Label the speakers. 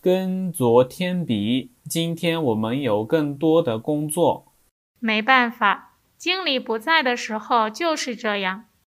Speaker 1: 跟昨天比，今天我们有更多的工作。
Speaker 2: 没办法，经理不在的时候就是这样。